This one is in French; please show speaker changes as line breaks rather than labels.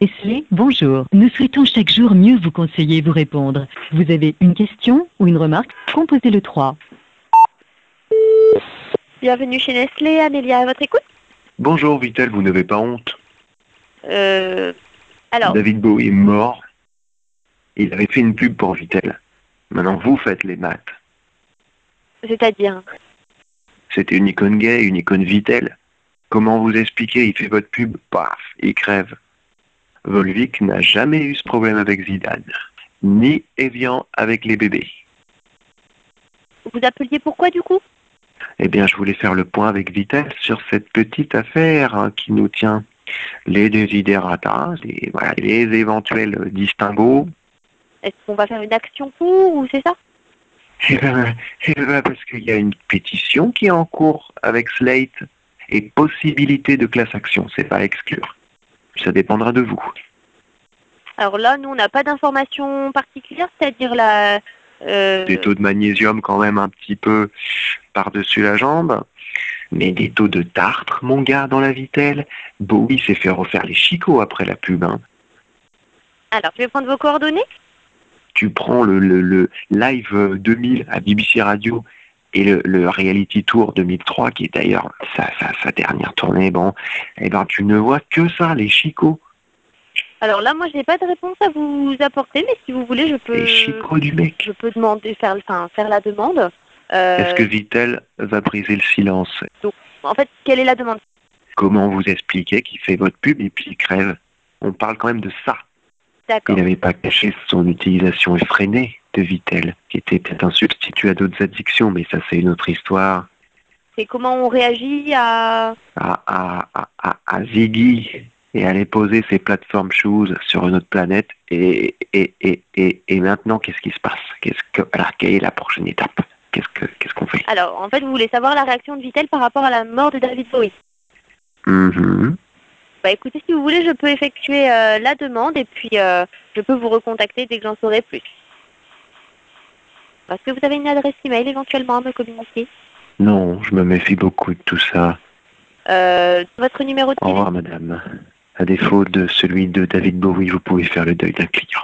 Esselé, bonjour. Nous souhaitons chaque jour mieux vous conseiller et vous répondre. Vous avez une question ou une remarque Composez le 3.
Bienvenue chez Nestlé, Amélia, à votre écoute.
Bonjour Vitel, vous n'avez pas honte
Euh, alors,
David Bowie est mort. Il avait fait une pub pour Vitel. Maintenant, vous faites les maths.
c'est-à-dire,
C'était une icône gay, une icône Vitel. Comment vous expliquer Il fait votre pub, paf, il crève. Volvic n'a jamais eu ce problème avec Zidane, ni Evian avec les bébés.
vous appeliez pourquoi du coup
Eh bien, je voulais faire le point avec Vitel sur cette petite affaire hein, qui nous tient. Les desiderata, les, voilà, les éventuels distinguos,
Est-ce qu'on va faire une action pour ou c'est ça
Eh ben, eh ben, parce qu'il y a une pétition qui est en cours avec Slate et possibilité de classe action, c'est pas à exclure. Ça dépendra de vous.
Alors là, nous, on n'a pas d'informations particulières, c'est-à-dire la... euh,
Des taux de magnésium quand même un petit peu par-dessus la jambe, mais des taux de tartre, mon gars, dans la vitelle. Bowie s'est fait refaire les chicots après la pub. hein.
Alors, je vais prendre vos coordonnées.
Tu prends le, le- le live 2000 à BBC Radio et le, le reality tour 2003 qui est d'ailleurs sa, sa- sa dernière tournée. Bon, eh ben tu ne vois que ça, les chicots.
Alors là, moi, je n'ai pas de réponse à vous apporter, mais si vous voulez, je peux...
Les chicots du mec.
Je peux demander, faire, enfin, faire la demande. Euh,
Est-ce que Vittel va briser le silence
En fait, quelle est la demande
Comment vous expliquer qu'il fait votre pub et puis il crève On parle quand même de ça. Il
D'accord.
n'avait pas caché son utilisation effrénée de Vittel, qui était peut-être un substitut à d'autres addictions, mais ça c'est une autre histoire.
C'est comment on réagit à...
À, à, à- à- à Ziggy et aller poser ses plateformes shoes sur une autre planète. Et, et, et, et, et maintenant, qu'est-ce qui se passe Qu'est-ce que, alors, quelle est la prochaine étape Qu'est-ce que- qu'est-ce qu'on fait
Alors, en fait, vous voulez savoir la réaction de Vitel par rapport à la mort de David Bowie.
Mhm.
Bah écoutez, si vous voulez, je peux effectuer euh, la demande et puis euh, je peux vous recontacter dès que j'en saurai plus. Est-ce que vous avez une adresse email éventuellement à me communiquer
Non, je me méfie beaucoup de tout ça.
Euh, Votre numéro de
Au
téléphone
revoir, madame. À défaut de celui de David Bowie, vous pouvez faire le deuil d'un client.